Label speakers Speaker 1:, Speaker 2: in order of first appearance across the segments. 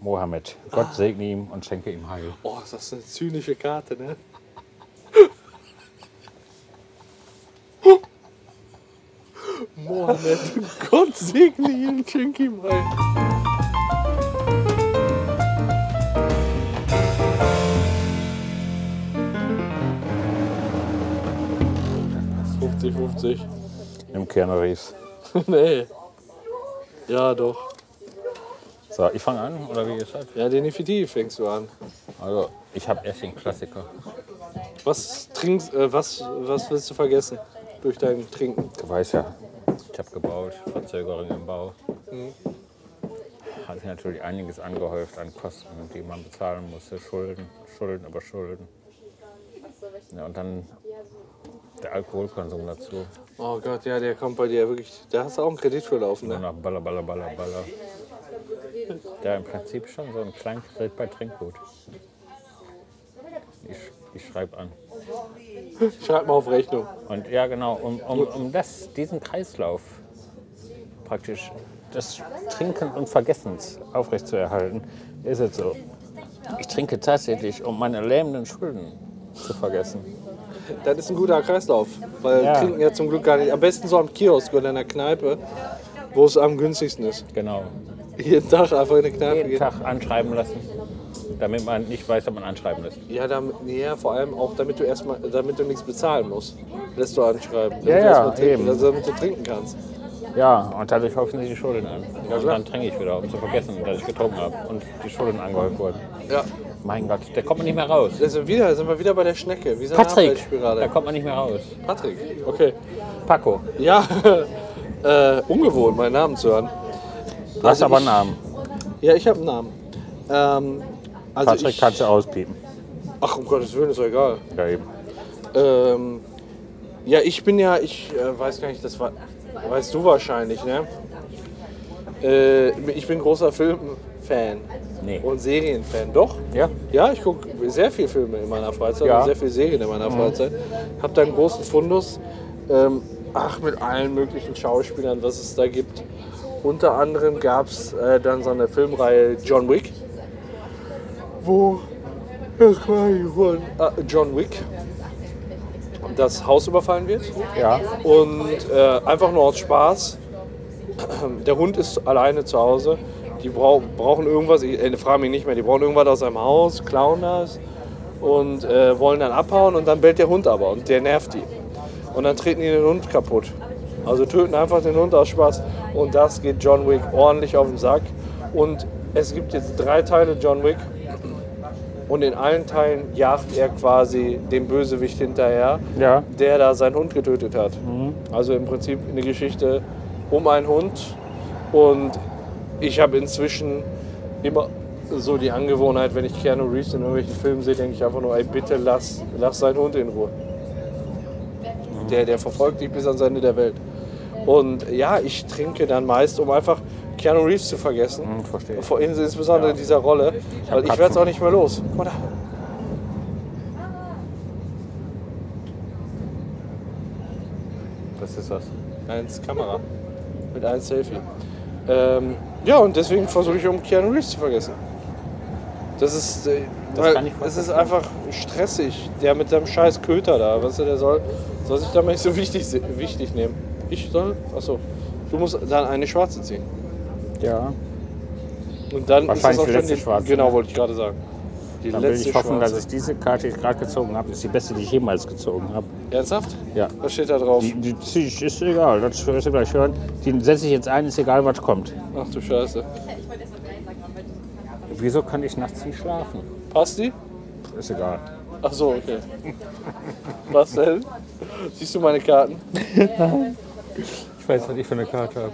Speaker 1: Mohammed. Gott segne ihn und schenke ihm Heil.
Speaker 2: Oh, ist das eine zynische Karte, ne? Mohammed, Gott segne ihn, schenk ihm Heil. ...50-50.
Speaker 1: Im Keanu Reeves.
Speaker 2: nee. Ja, doch.
Speaker 1: So, ich fange an, oder wie ist das?
Speaker 2: Ja, definitiv fängst du an.
Speaker 1: Also, ich habe erst den Klassiker.
Speaker 2: Was trinkst, äh, was, was willst du vergessen durch dein Trinken?
Speaker 1: Du weißt ja, ich habe gebaut, Verzögerung im Bau. Hat sich natürlich einiges angehäuft an Kosten, die man bezahlen musste. Schulden, Schulden über Schulden. Ja, und dann der Alkoholkonsum dazu.
Speaker 2: Oh Gott, ja, der kommt bei dir wirklich. Da hast du auch einen Kredit für laufen,
Speaker 1: Nur
Speaker 2: ne?
Speaker 1: noch Baller, Baller, Baller, Baller. Ja, im Prinzip schon so ein Kleinkredit bei Trinkgut. Ich, ich schreibe an.
Speaker 2: Schreib mal auf Rechnung.
Speaker 1: Und ja, genau, um, um, um das, diesen Kreislauf praktisch des Trinkens und Vergessens aufrechtzuerhalten, ist es so. Ich trinke tatsächlich, um meine lähmenden Schulden zu vergessen.
Speaker 2: Das ist ein guter Kreislauf, weil
Speaker 1: Ja.
Speaker 2: trinken ja zum Glück gar nicht. Am besten so am Kiosk oder in der Kneipe, wo es am günstigsten ist.
Speaker 1: Genau.
Speaker 2: Jeden Tag einfach in eine Kneipe
Speaker 1: Jeden
Speaker 2: gehen.
Speaker 1: Tag anschreiben lassen, damit man nicht weiß, ob man anschreiben lässt.
Speaker 2: Ja, damit, nee, ja, vor allem auch, damit du erstmal, damit du nichts bezahlen musst. Lässt du anschreiben. Damit
Speaker 1: Ja,
Speaker 2: du
Speaker 1: ja,
Speaker 2: erstmal trinken,
Speaker 1: eben.
Speaker 2: Also damit du trinken kannst.
Speaker 1: Ja, und dadurch häufen sich die Schulden an. Und dann trinke ich wieder, um zu vergessen, dass ich getrunken habe und die Schulden angehäuft wurden.
Speaker 2: Ja,
Speaker 1: Mein Gott, da kommt man nicht mehr raus.
Speaker 2: da sind, wir wieder, sind wir wieder bei der Schnecke. Wie so eine
Speaker 1: Patrick, da
Speaker 2: Abwärtsspirale.
Speaker 1: kommt man nicht mehr raus.
Speaker 2: Patrick, okay.
Speaker 1: Paco,
Speaker 2: Ja, äh, ungewohnt, meinen Namen zu hören.
Speaker 1: du hast aber einen Namen.
Speaker 2: Ja, ich habe einen Namen. Ähm, also
Speaker 1: Patrick
Speaker 2: ich,
Speaker 1: kannst du auspiepen.
Speaker 2: Ach, um Gottes Willen, ist doch egal.
Speaker 1: Ja, eben.
Speaker 2: Ähm, ja, ich bin ja, ich äh, weiß gar nicht, das war, weißt du wahrscheinlich, ne? Äh, ich bin großer Filmfan
Speaker 1: Nee.
Speaker 2: und Serienfan, doch?
Speaker 1: Ja?
Speaker 2: Ja, ich gucke sehr viel Filme in meiner Freizeit
Speaker 1: Ja.
Speaker 2: und sehr viel Serien in meiner Freizeit. Hab da einen großen Fundus, ähm, ach, mit allen möglichen Schauspielern, was es da gibt. Unter anderem gab es äh, dann so eine Filmreihe John Wick, wo ach, quasi von, äh, John Wick das Haus überfallen wird
Speaker 1: Ja.
Speaker 2: und äh, einfach nur aus Spaß. Der Hund ist alleine zu Hause. Die brau brauchen irgendwas, ich äh, frage mich nicht mehr, die brauchen irgendwas aus seinem Haus, klauen das und äh, wollen dann abhauen und dann bellt der Hund aber und der nervt die. Und dann treten die den Hund kaputt. Also töten einfach den Hund aus Spaß. Und das geht John Wick ordentlich auf den Sack. Und es gibt jetzt drei Teile John Wick. Und in allen Teilen jagt er quasi dem Bösewicht hinterher
Speaker 1: Ja.
Speaker 2: der da seinen Hund getötet hat. Also im Prinzip eine Geschichte um einen Hund. Und ich habe inzwischen immer so die Angewohnheit, wenn ich Keanu Reeves in irgendwelchen Filmen sehe, denke ich einfach nur, ey, bitte lass, lass seinen Hund in Ruhe. Der, der verfolgt dich bis ans Ende der Welt. Und ja, ich trinke dann meist, um einfach Keanu Reeves zu vergessen.
Speaker 1: Hm, verstehe.
Speaker 2: Vor allem insbesondere in dieser Rolle, weil ich
Speaker 1: Katzen.
Speaker 2: werde es auch nicht mehr los. Guck mal da.
Speaker 1: Was ist das?
Speaker 2: Eins Kamera. Mit eins Selfie. Ähm, ja, und deswegen versuche ich, um Keanu Reeves zu vergessen. Das ist, äh,
Speaker 1: Das
Speaker 2: weil
Speaker 1: kann ich
Speaker 2: es ist
Speaker 1: verstehen.
Speaker 2: einfach stressig. Der mit seinem scheiß Köter da, weißt du, der soll, soll sich da mal nicht so wichtig, se- wichtig nehmen. Ich soll, achso, du musst dann eine schwarze ziehen.
Speaker 1: Ja.
Speaker 2: Und dann
Speaker 1: Wahrscheinlich die
Speaker 2: ist das auch
Speaker 1: letzte
Speaker 2: schon
Speaker 1: schwarze,
Speaker 2: Genau,
Speaker 1: ne?
Speaker 2: wollte ich gerade sagen. Die
Speaker 1: Dann will
Speaker 2: letzte
Speaker 1: ich hoffen,
Speaker 2: schwarze.
Speaker 1: dass ich diese Karte, die ich gerade gezogen habe, ist die beste, die ich jemals gezogen habe.
Speaker 2: Ernsthaft?
Speaker 1: Ja.
Speaker 2: Was steht da drauf?
Speaker 1: Die, die ziehe ich, ist egal, das wirst du gleich hören. Die setze ich jetzt ein, ist egal, was kommt.
Speaker 2: Ach du Scheiße.
Speaker 1: Wieso kann ich nachts nicht schlafen?
Speaker 2: Passt die?
Speaker 1: Ist egal.
Speaker 2: Ach so, okay. Was denn? Siehst du meine Karten?
Speaker 1: Ich weiß, was ich für eine Karte habe.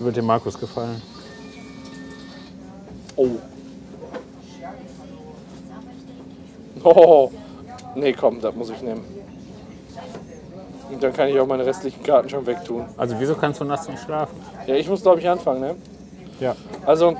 Speaker 1: Die wird dem Markus gefallen.
Speaker 2: Oh. Oh. Nee, komm, das muss ich nehmen. Und dann kann ich auch meine restlichen Karten schon wegtun.
Speaker 1: Also, wieso kannst du nachts nicht schlafen?
Speaker 2: Ja, ich muss, glaube ich, anfangen, ne?
Speaker 1: Ja.
Speaker 2: Also,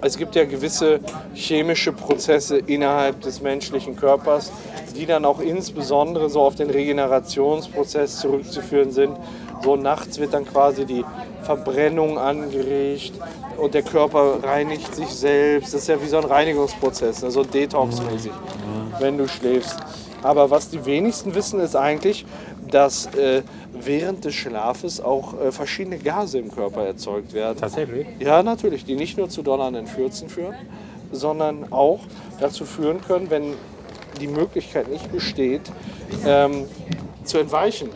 Speaker 2: es gibt ja gewisse chemische Prozesse innerhalb des menschlichen Körpers, die dann auch insbesondere so auf den Regenerationsprozess zurückzuführen sind. So nachts wird dann quasi die Verbrennung angeregt und der Körper reinigt sich selbst. Das ist ja wie so ein Reinigungsprozess, ne? so Detox-mäßig, wenn du schläfst. Aber was die wenigsten wissen, ist eigentlich, dass äh, während des Schlafes auch äh, verschiedene Gase im Körper erzeugt werden.
Speaker 1: Tatsächlich?
Speaker 2: Ja, natürlich, die nicht nur zu donnernden Fürzen führen, sondern auch dazu führen können, wenn die Möglichkeit nicht besteht, ähm, zu entweichen,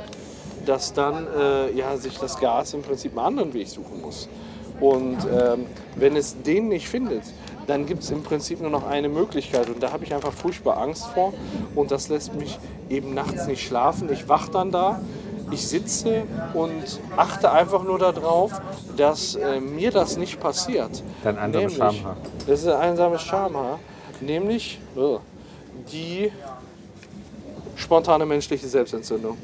Speaker 2: dass dann äh, ja, sich das Gas im Prinzip einen anderen Weg suchen muss. Und ähm, wenn es den nicht findet, dann gibt es im Prinzip nur noch eine Möglichkeit. Und da habe ich einfach furchtbar Angst vor. Und das lässt mich eben nachts nicht schlafen. Ich wach dann da, ich sitze und achte einfach nur darauf, dass äh, mir das nicht passiert.
Speaker 1: Dein einsames
Speaker 2: Nämlich-
Speaker 1: Schamhaar.
Speaker 2: Das ist ein einsames Schamhaar. Nämlich äh, die spontane menschliche Selbstentzündung.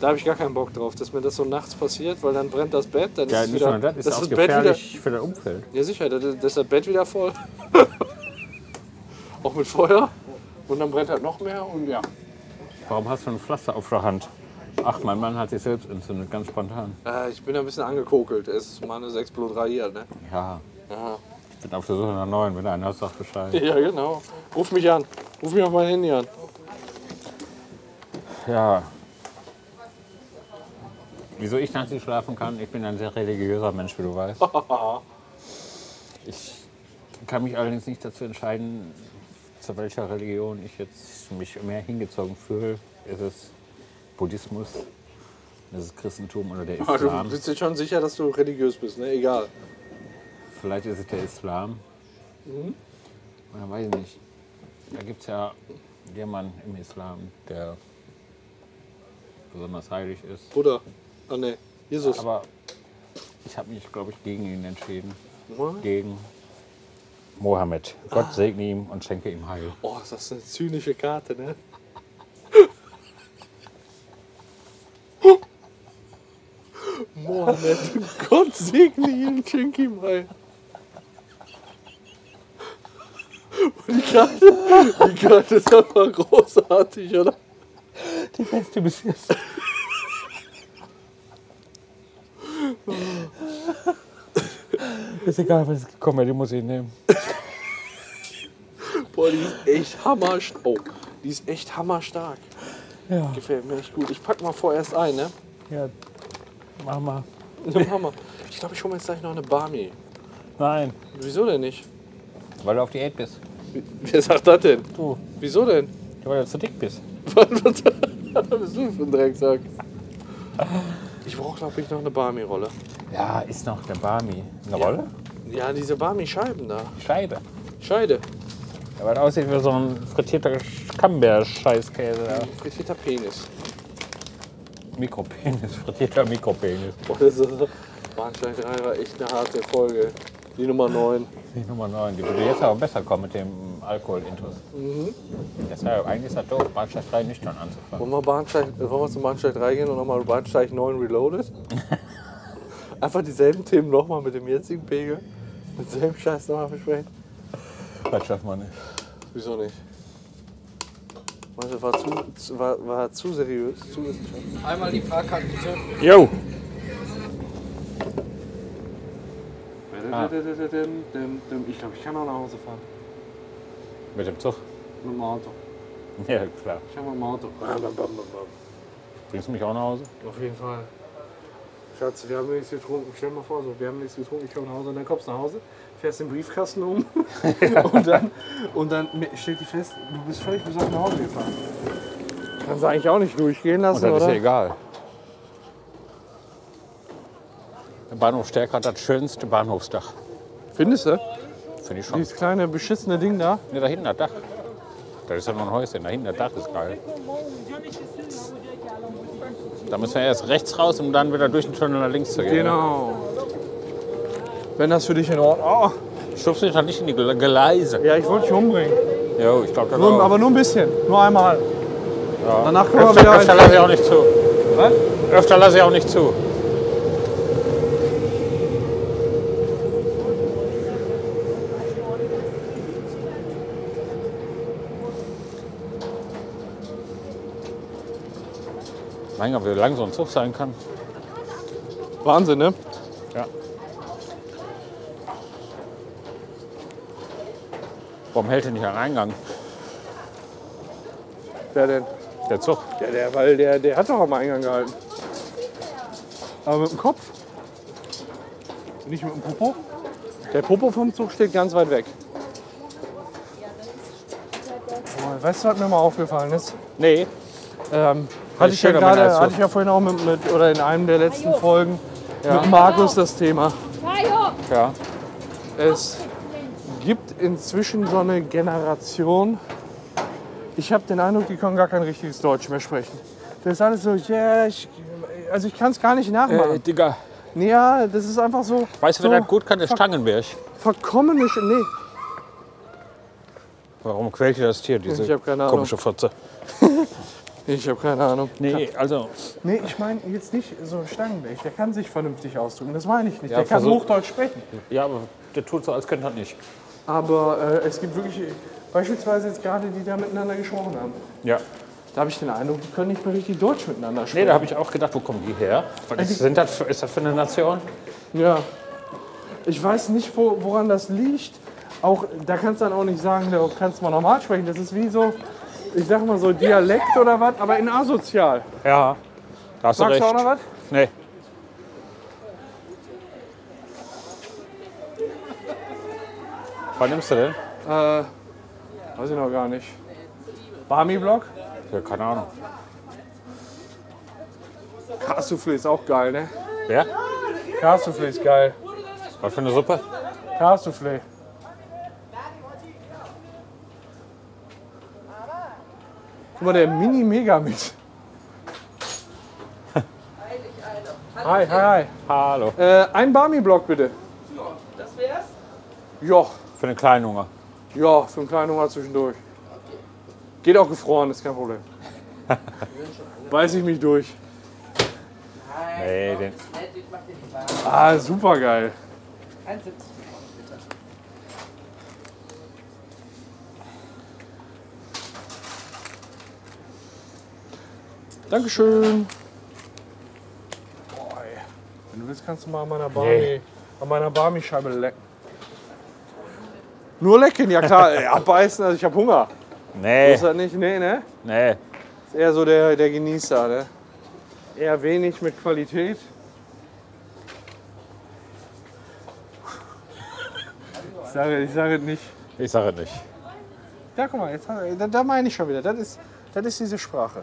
Speaker 2: Da habe ich gar keinen Bock drauf, dass mir das so nachts passiert, weil dann brennt das Bett, dann
Speaker 1: Ja,
Speaker 2: ist, es
Speaker 1: nicht
Speaker 2: wieder,
Speaker 1: nur das, ist
Speaker 2: dass
Speaker 1: auch
Speaker 2: das Bett wieder,
Speaker 1: gefährlich für das Umfeld.
Speaker 2: ja, sicher, da da ist das Bett wieder voll. auch mit Feuer. Und dann brennt halt noch mehr und ja.
Speaker 1: Warum hast du ein Pflaster auf der Hand? Ach, mein Mann hat sich selbst entzündet, ganz spontan.
Speaker 2: Äh, ich bin ein bisschen angekokelt. Es ist meine 6 Blut 3 hier, ne?
Speaker 1: Ja,
Speaker 2: Ja.
Speaker 1: ich bin auf der Suche nach neuen. Wenn einer hat, sagt Bescheid.
Speaker 2: ja, genau. Ruf mich an. Ruf mich auf mein Handy an.
Speaker 1: Ja. Wieso ich nachts nicht schlafen kann, ich bin ein sehr religiöser Mensch, wie du weißt. Ich kann mich allerdings nicht dazu entscheiden, zu welcher Religion ich jetzt mich mehr hingezogen fühle. Ist es Buddhismus, ist es Christentum oder der
Speaker 2: Aber
Speaker 1: Islam?
Speaker 2: Ah, du bist dir schon sicher, dass du religiös bist, ne? Egal.
Speaker 1: Vielleicht ist es der Islam. Oder weiß ich nicht. Da gibt es ja jemanden im Islam, der besonders heilig ist.
Speaker 2: Bruder. Ah, ne. Jesus.
Speaker 1: Aber ich habe mich, glaube ich, gegen ihn entschieden.
Speaker 2: What?
Speaker 1: Gegen Mohammed. Gott segne ihn und schenke ihm Heil.
Speaker 2: Oh, ist das eine zynische Karte, ne? Mohammed, ne, Gott segne ihn, schenke ihm Heil. Und die Karte, die Karte ist einfach großartig, oder?
Speaker 1: Die beste bis jetzt. ist egal, was gekommen ist, die muss ich nehmen.
Speaker 2: Boah, die ist echt hammerstark. Oh, die ist echt hammerstark.
Speaker 1: Ja,
Speaker 2: Gefällt mir echt gut. Ich pack mal vorerst ein, ne?
Speaker 1: ja. Mach mal.
Speaker 2: Nimm Hammer. Ich glaube, ich hole mir jetzt gleich noch eine Barmi.
Speaker 1: Nein.
Speaker 2: Wieso denn nicht?
Speaker 1: Weil du auf Diät bist.
Speaker 2: Wie- Wer sagt das denn?
Speaker 1: Du.
Speaker 2: Wieso denn?
Speaker 1: Weil du zu dick bist.
Speaker 2: Was bist du für ein Drecksack? Ich brauche, glaube ich, noch eine Barmi-Rolle.
Speaker 1: Ja, ist noch der Barmi. Eine Rolle?
Speaker 2: Ja, diese Barmi-Scheiben da.
Speaker 1: Scheibe.
Speaker 2: Scheide.
Speaker 1: Ja, weil das aussieht wie so ein frittierter Camembert-Scheißkäse. da.
Speaker 2: Frittierter Penis.
Speaker 1: Mikropenis, frittierter Mikropenis.
Speaker 2: Boah, das ist Bahnsteig 3 war echt eine harte Folge. Die Nummer 9.
Speaker 1: Die Nummer 9, die würde jetzt aber besser kommen mit dem Alkoholintus. Mhm. Deshalb, eigentlich ist das doof, Bahnsteig 3 nüchtern anzufangen.
Speaker 2: Wollen wir, Bahnsteig, wollen wir zum Bahnsteig 3 gehen und nochmal Bahnsteig 9 Reloaded? Einfach dieselben Themen nochmal mit dem jetzigen Pegel. Mit selben Scheiß nochmal besprechen.
Speaker 1: Das schafft man nicht.
Speaker 2: Wieso nicht? Meinst du, war zu, zu- war, war zu seriös? Zu wissenschaftlich?
Speaker 3: Einmal die Fahrkarte, bitte.
Speaker 1: Jo!
Speaker 2: Ich glaube, ich kann auch nach Hause fahren.
Speaker 1: Mit dem Zug?
Speaker 2: Mit dem Auto.
Speaker 1: Ja, klar.
Speaker 2: Ich habe mit dem Auto.
Speaker 1: Bringst du mich auch nach Hause?
Speaker 2: Auf jeden Fall. Schatz, wir haben nichts getrunken. Stell dir mal vor, so, wir haben nichts getrunken, ich komme nach Hause und dann kommst du nach Hause, fährst den Briefkasten um und, dann, und dann stellt die fest, du bist völlig besoffen nach Hause gefahren. Kannst du eigentlich auch nicht ruhig gehen
Speaker 1: Und
Speaker 2: lassen,
Speaker 1: das ist ja
Speaker 2: oder?
Speaker 1: egal. Der Bahnhof Stärker hat das schönste Bahnhofsdach.
Speaker 2: Findest du?
Speaker 1: Finde ich schon.
Speaker 2: Dieses kleine beschissene Ding da.
Speaker 1: Ne, da hinten das Dach. Da ist ja nur ein Häuschen, da hinten das Dach ist geil. Da müssen wir erst rechts raus, um dann wieder durch den Tunnel nach links zu gehen.
Speaker 2: Genau. Wenn das für dich in Ordnung ist.
Speaker 1: Schubst dich doch halt nicht in die Gele- Gleise.
Speaker 2: Oh, ja, ich wollte dich umbringen.
Speaker 1: Jo, ich glaube, das
Speaker 2: Nur,
Speaker 1: auch.
Speaker 2: aber nur ein bisschen. Nur einmal. Danach können wir
Speaker 1: Öfter,
Speaker 2: wieder.
Speaker 1: öfter lasse ich auch nicht zu.
Speaker 2: Was?
Speaker 1: Öfter lasse ich auch nicht zu. Mein Gott, wie lang so ein Zug sein kann.
Speaker 4: Wahnsinn, ne?
Speaker 1: Ja. Warum hält er nicht am Eingang?
Speaker 4: Wer denn?
Speaker 1: Der Zug.
Speaker 4: Ja, der, weil der, der hat doch am Eingang gehalten. Aber mit dem Kopf. Nicht mit dem Popo. Der Popo vom Zug steht ganz weit weg. Oh, weißt du, was mir mal aufgefallen ist?
Speaker 1: Nee.
Speaker 4: Ähm, hatte, ich ja
Speaker 1: schöner Männer als
Speaker 4: gerade,
Speaker 1: du.
Speaker 4: hatte ich ja vorhin auch mit, mit, oder in einem der letzten Folgen mit Markus das Thema.
Speaker 5: Kajo!
Speaker 1: Ja.
Speaker 4: Es gibt inzwischen so eine Generation, ich habe den Eindruck, die können gar kein richtiges Deutsch mehr sprechen. Das ist alles so, ja, ich, also ich kann es gar nicht
Speaker 1: Äh,
Speaker 4: nachmachen.
Speaker 1: Digga,
Speaker 4: ja, das ist einfach so.
Speaker 1: weißt du,
Speaker 4: so
Speaker 1: wer das gut kann? Der Stangenberg.
Speaker 4: Verkommene, Sch- nee,
Speaker 1: Warum quält ihr das Tier, diese
Speaker 4: Ich hab keine Ahnung.
Speaker 1: komische Fotze?
Speaker 4: ich habe keine Ahnung.
Speaker 1: Nee, also,
Speaker 4: Nee, ich meine jetzt nicht so Stangenberg, der kann sich vernünftig ausdrücken, das meine ich nicht. der kann
Speaker 1: versuch-
Speaker 4: Hochdeutsch sprechen.
Speaker 1: ja, aber der tut so, als könnte er nicht.
Speaker 4: Aber äh, es gibt wirklich, beispielsweise jetzt gerade, die da miteinander gesprochen haben.
Speaker 1: Ja.
Speaker 4: Da habe ich den Eindruck, die können nicht mehr richtig Deutsch miteinander sprechen.
Speaker 1: Nee, da habe ich auch gedacht, wo kommen die her? Also, Was ist, sind das für, ist das für eine Nation?
Speaker 4: Ja. Ich weiß nicht, wo, woran das liegt. Auch, da kannst du dann auch nicht sagen, da kannst du mal normal sprechen. Das ist wie so, ich sag mal so Dialekt oder was, aber in asozial.
Speaker 1: Ja. Da hast du
Speaker 4: Sagst
Speaker 1: recht.
Speaker 4: du auch noch was?
Speaker 1: Nee. Was nimmst du denn?
Speaker 4: Weiß ich noch gar nicht. Barmi-Block?
Speaker 1: Ja, keine Ahnung.
Speaker 4: Kassoufflé ist auch geil, ne?
Speaker 1: Wer?
Speaker 4: Kassoufflé ist geil.
Speaker 1: Was für eine Suppe?
Speaker 4: Kassoufflé. Guck mal, der Mini-Megamix. Hi, hi, hi.
Speaker 1: Hallo.
Speaker 4: Äh, ein Barmi-Block bitte.
Speaker 6: Das wär's?
Speaker 4: Ja,
Speaker 1: Für einen kleinen Hunger.
Speaker 4: ja, für einen kleinen Hunger zwischendurch. Geht auch gefroren, ist kein Problem. Beiß ich mich durch.
Speaker 1: Nee, den.
Speaker 6: Nett, ich mach dir die Bar.
Speaker 4: Ah, super geil.
Speaker 6: 71.
Speaker 4: Dankeschön. Boah, ey. Wenn du willst, kannst du mal an meiner Barmi, an meiner Barmi-Scheibe lecken. Nur lecken, ja klar. Ey, abbeißen, also ich habe Hunger.
Speaker 1: Nee,
Speaker 4: Ist das nicht? Nee, ne?
Speaker 1: nee.
Speaker 4: Ist eher so der, der Genießer, ne? Eher wenig mit Qualität. Ich sage, ich sage es nicht.
Speaker 1: Ich sage es nicht.
Speaker 4: Ja, guck mal, jetzt, hat- da, da meine ich schon wieder. Das ist, das ist diese Sprache.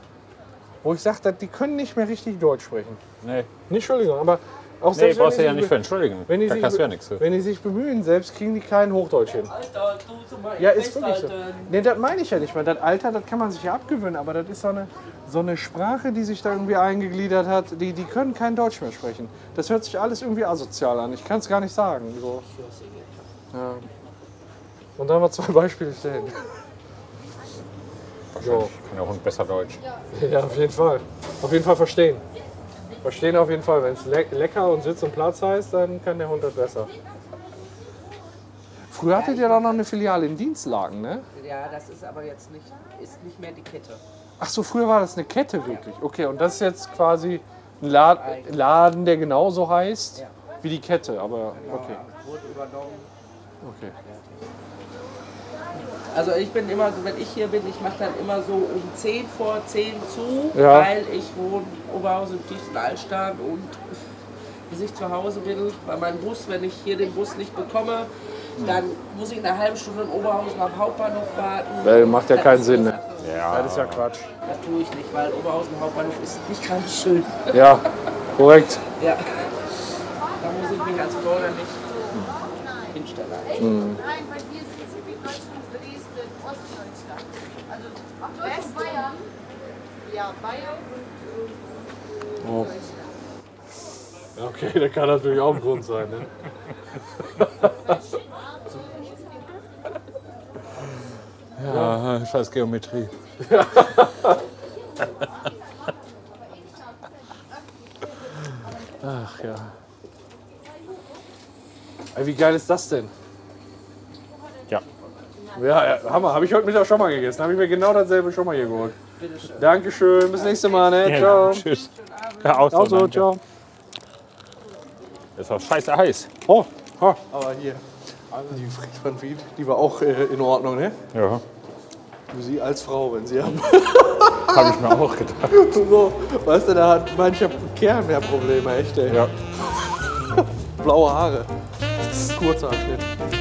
Speaker 4: Wo ich sage, die können nicht mehr richtig Deutsch sprechen.
Speaker 1: Nee,
Speaker 4: Nicht, Entschuldigung, aber auch
Speaker 1: nee
Speaker 4: selbst
Speaker 1: brauchst du
Speaker 4: wenn
Speaker 1: ja
Speaker 4: die sich
Speaker 1: nicht
Speaker 4: be-
Speaker 1: für entschuldigen.
Speaker 4: wenn die
Speaker 1: da
Speaker 4: sich
Speaker 1: kannst du
Speaker 4: be-
Speaker 1: ja nichts für.
Speaker 4: Wenn die sich bemühen, selbst kriegen die keinen Hochdeutsch hin.
Speaker 6: Alter, du zum Beispiel.
Speaker 4: Ja, ist wirklich so. Nee, das meine ich ja nicht mal. Das Alter, das kann man sich ja abgewöhnen, aber das ist so eine, so eine Sprache, die sich da irgendwie eingegliedert hat. Die, die können kein Deutsch mehr sprechen. Das hört sich alles irgendwie asozial an. Ich kann es gar nicht sagen. So. Ja. Und da haben wir zwei Beispiele stellen. Jo.
Speaker 1: Kann der Hund besser Deutsch.
Speaker 4: Ja, auf jeden Fall. Auf jeden Fall verstehen. Verstehen auf jeden Fall. Wenn es le lecker und Sitz und Platz heißt, dann kann der Hund das besser. Früher hattet ihr doch noch eine Filiale in Dienstlagen, ne?
Speaker 6: Ja, das ist aber jetzt nicht, ist nicht mehr die Kette.
Speaker 4: Ach so, früher war das eine Kette wirklich. Okay, und das ist jetzt quasi ein La Laden, der genauso heißt wie die Kette, aber okay.
Speaker 6: Wurde übernommen.
Speaker 4: okay.
Speaker 6: Also ich bin immer so, wenn ich hier bin, ich mache dann immer so um 10 vor 10 zu,
Speaker 4: Ja.
Speaker 6: weil ich wohne in Oberhausen im tiefsten Altstadt und bis ich zu Hause bin, bei meinem Bus, wenn ich hier den Bus nicht bekomme, dann muss ich eine halbe Stunde in Oberhausen am Hauptbahnhof warten.
Speaker 4: Weil macht ja
Speaker 6: Das
Speaker 4: keinen
Speaker 6: ist eine
Speaker 4: Sinn, ne?
Speaker 6: Sache.
Speaker 1: Ja.
Speaker 4: ist ja Quatsch.
Speaker 6: Das tue ich nicht, weil Oberhausen Hauptbahnhof ist nicht gerade schön.
Speaker 4: Ja, korrekt.
Speaker 6: Ja. Da muss ich mich als Frau dann nicht hinstellen.
Speaker 7: Nein, weil wir sind Süddeutschland, Dresden, Ostdeutschland. Also West Bayern. Ja, Bayern
Speaker 4: Okay, der kann natürlich auch ein Grund sein, ne?
Speaker 1: Ja, scheiß Geometrie.
Speaker 4: Ach ja. Ey, wie geil ist das denn?
Speaker 1: Ja.
Speaker 4: Ja, ja, Hammer. Habe ich heute Mittag schon mal gegessen. Habe ich mir genau dasselbe schon mal hier geholt. Dankeschön. Bis nächste Mal, ne? Ciao.
Speaker 1: Tschüss. Ja, auch so,
Speaker 4: Also,
Speaker 1: danke.
Speaker 4: ciao.
Speaker 1: Ist auch scheiße heiß.
Speaker 2: Oh, ha. aber hier. Die Friedmann Wied, die war auch äh, in Ordnung, ne?
Speaker 1: Ja,
Speaker 2: Für Sie als Frau, wenn Sie haben.
Speaker 1: habe ich mir auch gedacht.
Speaker 2: so, weißt du, da hat mancher Kerl mehr Probleme, echt, ey.
Speaker 1: Ja.
Speaker 2: Blaue Haare. Kurzer Schnitt.